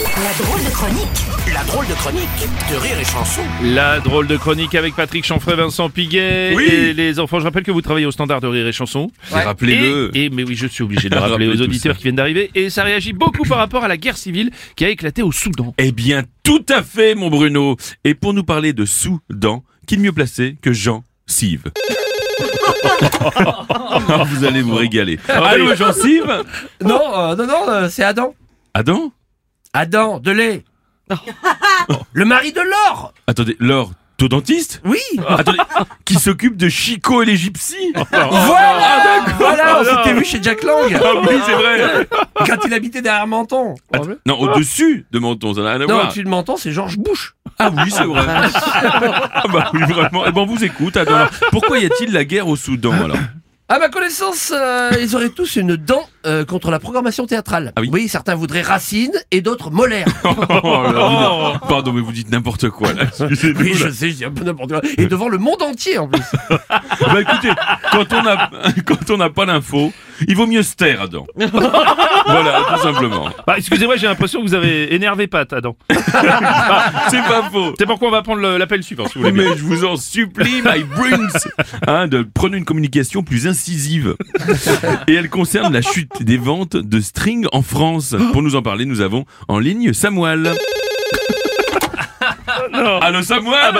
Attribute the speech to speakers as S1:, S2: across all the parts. S1: La drôle de chronique
S2: La drôle de chronique de Rire et Chanson.
S3: La drôle de chronique avec Patrick Chanfray, Vincent Piguet
S4: Oui.
S3: et les enfants. Je rappelle que vous travaillez au standard de rire et chanson.
S4: Et Rappelez-le.
S3: Et, et- mais oui, je suis obligé de le rappeler
S4: Rappelez
S3: aux
S4: tout
S3: auditeurs
S4: ça.
S3: qui viennent d'arriver. Et ça réagit beaucoup par rapport à la guerre civile qui a éclaté au Soudan.
S4: Eh bien, tout à fait, mon Bruno. Et pour nous parler de Soudan, qui de mieux placé que Jean Sive Ah, Vous allez vous régaler. Allô, Jean Sive Ah
S5: Non, euh, non, non, euh, c'est Adam.
S4: Adam
S5: Adam Delay. Le mari de Laure
S4: Attendez, Laure, ton dentiste
S5: Oui
S4: Attendez, qui s'occupe de Chico et les gypsies
S5: Voilà Voilà, on
S3: Oh non.
S5: s'était vu chez Jack Lang
S4: Ah oui, c'est vrai
S5: Quand il habitait derrière Menton
S4: Att- Non, au-dessus de Menton, ça n'a rien à
S5: Non,
S4: voir.
S5: au-dessus de Menton, c'est Georges Bush
S4: Ah oui, c'est vrai. ah bah oui, vraiment. Eh ben, on vous écoute, Adam. Alors, Pourquoi y a-t-il la guerre au Soudan, alors
S5: À ma connaissance, euh, ils auraient tous une dent euh, contre la programmation théâtrale.
S4: Ah oui.
S5: certains voudraient Racine et d'autres Molaire.
S4: Oh là là. Pardon, mais vous dites n'importe quoi, là. Excusez-nous,
S5: oui,
S4: là.
S5: je sais, je dis un peu n'importe quoi. Et devant le monde entier, en plus.
S4: Bah écoutez, quand on a quand on n'a pas l'info, il vaut mieux se taire, Adam. voilà, tout simplement.
S3: Bah, excusez-moi, j'ai l'impression que vous avez énervé Pat, Adam.
S4: C'est pas faux.
S3: C'est pourquoi on va prendre le- l'appel suivant, si vous voulez bien.
S4: Mais je vous en supplie, my brains, hein, de prendre une communication plus incisive. Et elle concerne la chute des ventes de string en France. Pour nous en parler, nous avons en ligne Samuel. Allô Samuel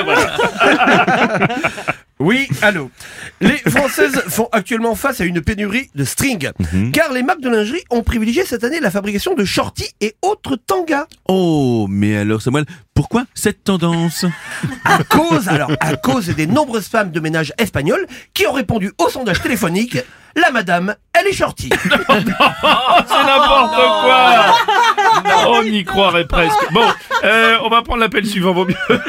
S5: Oui, allô. Les Françaises font actuellement face à une pénurie de string,
S4: Mhm.
S5: car les marques de lingerie ont privilégié cette année la fabrication de shorties et autres tangas.
S4: Oh, mais alors Samuel, pourquoi cette tendance
S5: À cause, alors, à cause des nombreuses femmes de ménage espagnoles qui ont répondu au sondage téléphonique, la madame, elle est shortie.
S3: C'est n'importe quoi On y croirait presque. Bon, euh, on va prendre l'appel suivant, vaut mieux.
S4: avec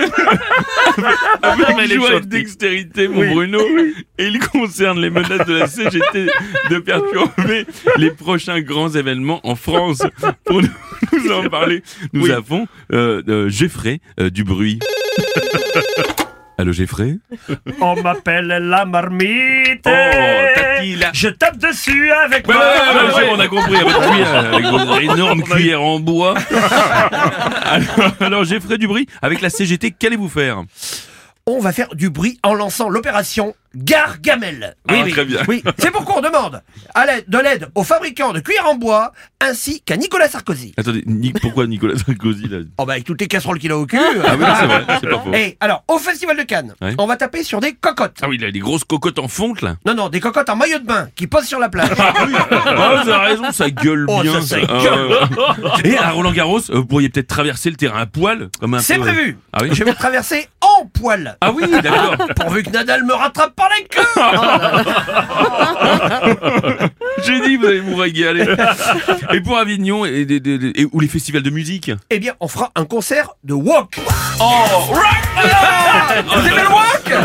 S4: Ah,
S3: Mais elle est
S4: joie et
S3: sortie.
S4: dextérité, mon Bruno. Et il concerne les menaces de la CGT de perturber les prochains grands événements en France. Pour nous, nous en parler, nous avons euh, euh, Geoffrey euh, du bruit. Allô Geoffrey
S6: On m'appelle la marmite.
S4: là
S6: Je tape dessus avec
S4: Ouais, ouais,
S6: ma
S4: ouais, ouais, ouais, on a compris, avec votre cuillère, avec votre énorme cuillère en bois. alors, alors, Geoffrey Dubry, avec la CGT, qu'allez-vous faire
S5: On va faire du bruit en lançant l'opération Gargamel.
S4: Ah, très bien.
S5: Oui, c'est pourquoi on demande à l'aide- de l'aide aux fabricants de cuir en bois ainsi qu'à Nicolas Sarkozy.
S4: Attendez, Nick, pourquoi Nicolas Sarkozy là
S5: Oh bah avec toutes les casseroles qu'il a au cul.
S4: Ah oui, c'est vrai, c'est pas faux.
S5: Et alors, au Festival de Cannes,
S4: Ouais.
S5: on va taper sur des cocottes.
S4: Ah oui, il a des grosses cocottes en fonte là.
S5: Non, non, des cocottes en maillot de bain qui posent sur la plage.
S4: Ah, vous avez raison, ça gueule
S5: Oh,
S4: bien.
S5: ça, ça
S4: Ah, ouais. Et à Roland Garros, vous pourriez peut-être traverser le terrain à poil, comme un
S5: C'est
S4: peu-
S5: prévu.
S4: Ah oui.
S5: Je vais traverser en poil.
S4: Ah oui, d'accord.
S5: Pourvu que Nadal me rattrape par la queue.
S4: J'ai dit, vous allez vous régaler. Et pour Avignon et, des- des- des- et- ou les festivals de musique.
S5: Eh bien, on fera un concert de walk.
S4: Oh,
S5: Vous aimez le walk
S3: Ah,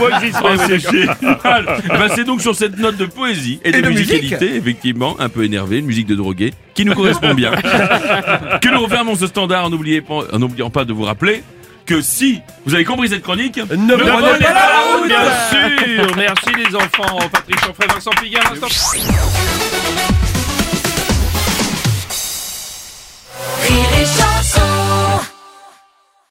S4: Oh, c'est
S5: Ah,
S4: génial. Eh ben, c'est donc sur cette note de poésie et, de,
S5: de musique.
S4: musicalité, effectivement, un peu énervée, une musique de drogué, qui nous correspond bien. que nous refermons ce standard en n'oubliez pas- en n'oubliant pas de vous rappeler que si vous avez compris cette chronique,
S5: Ne prenez
S4: prenez
S5: pas la
S4: pas la
S5: route.
S3: Bien sûr Merci les enfants, Patrick Chanfray, Vincent Piguet, Vincent
S1: La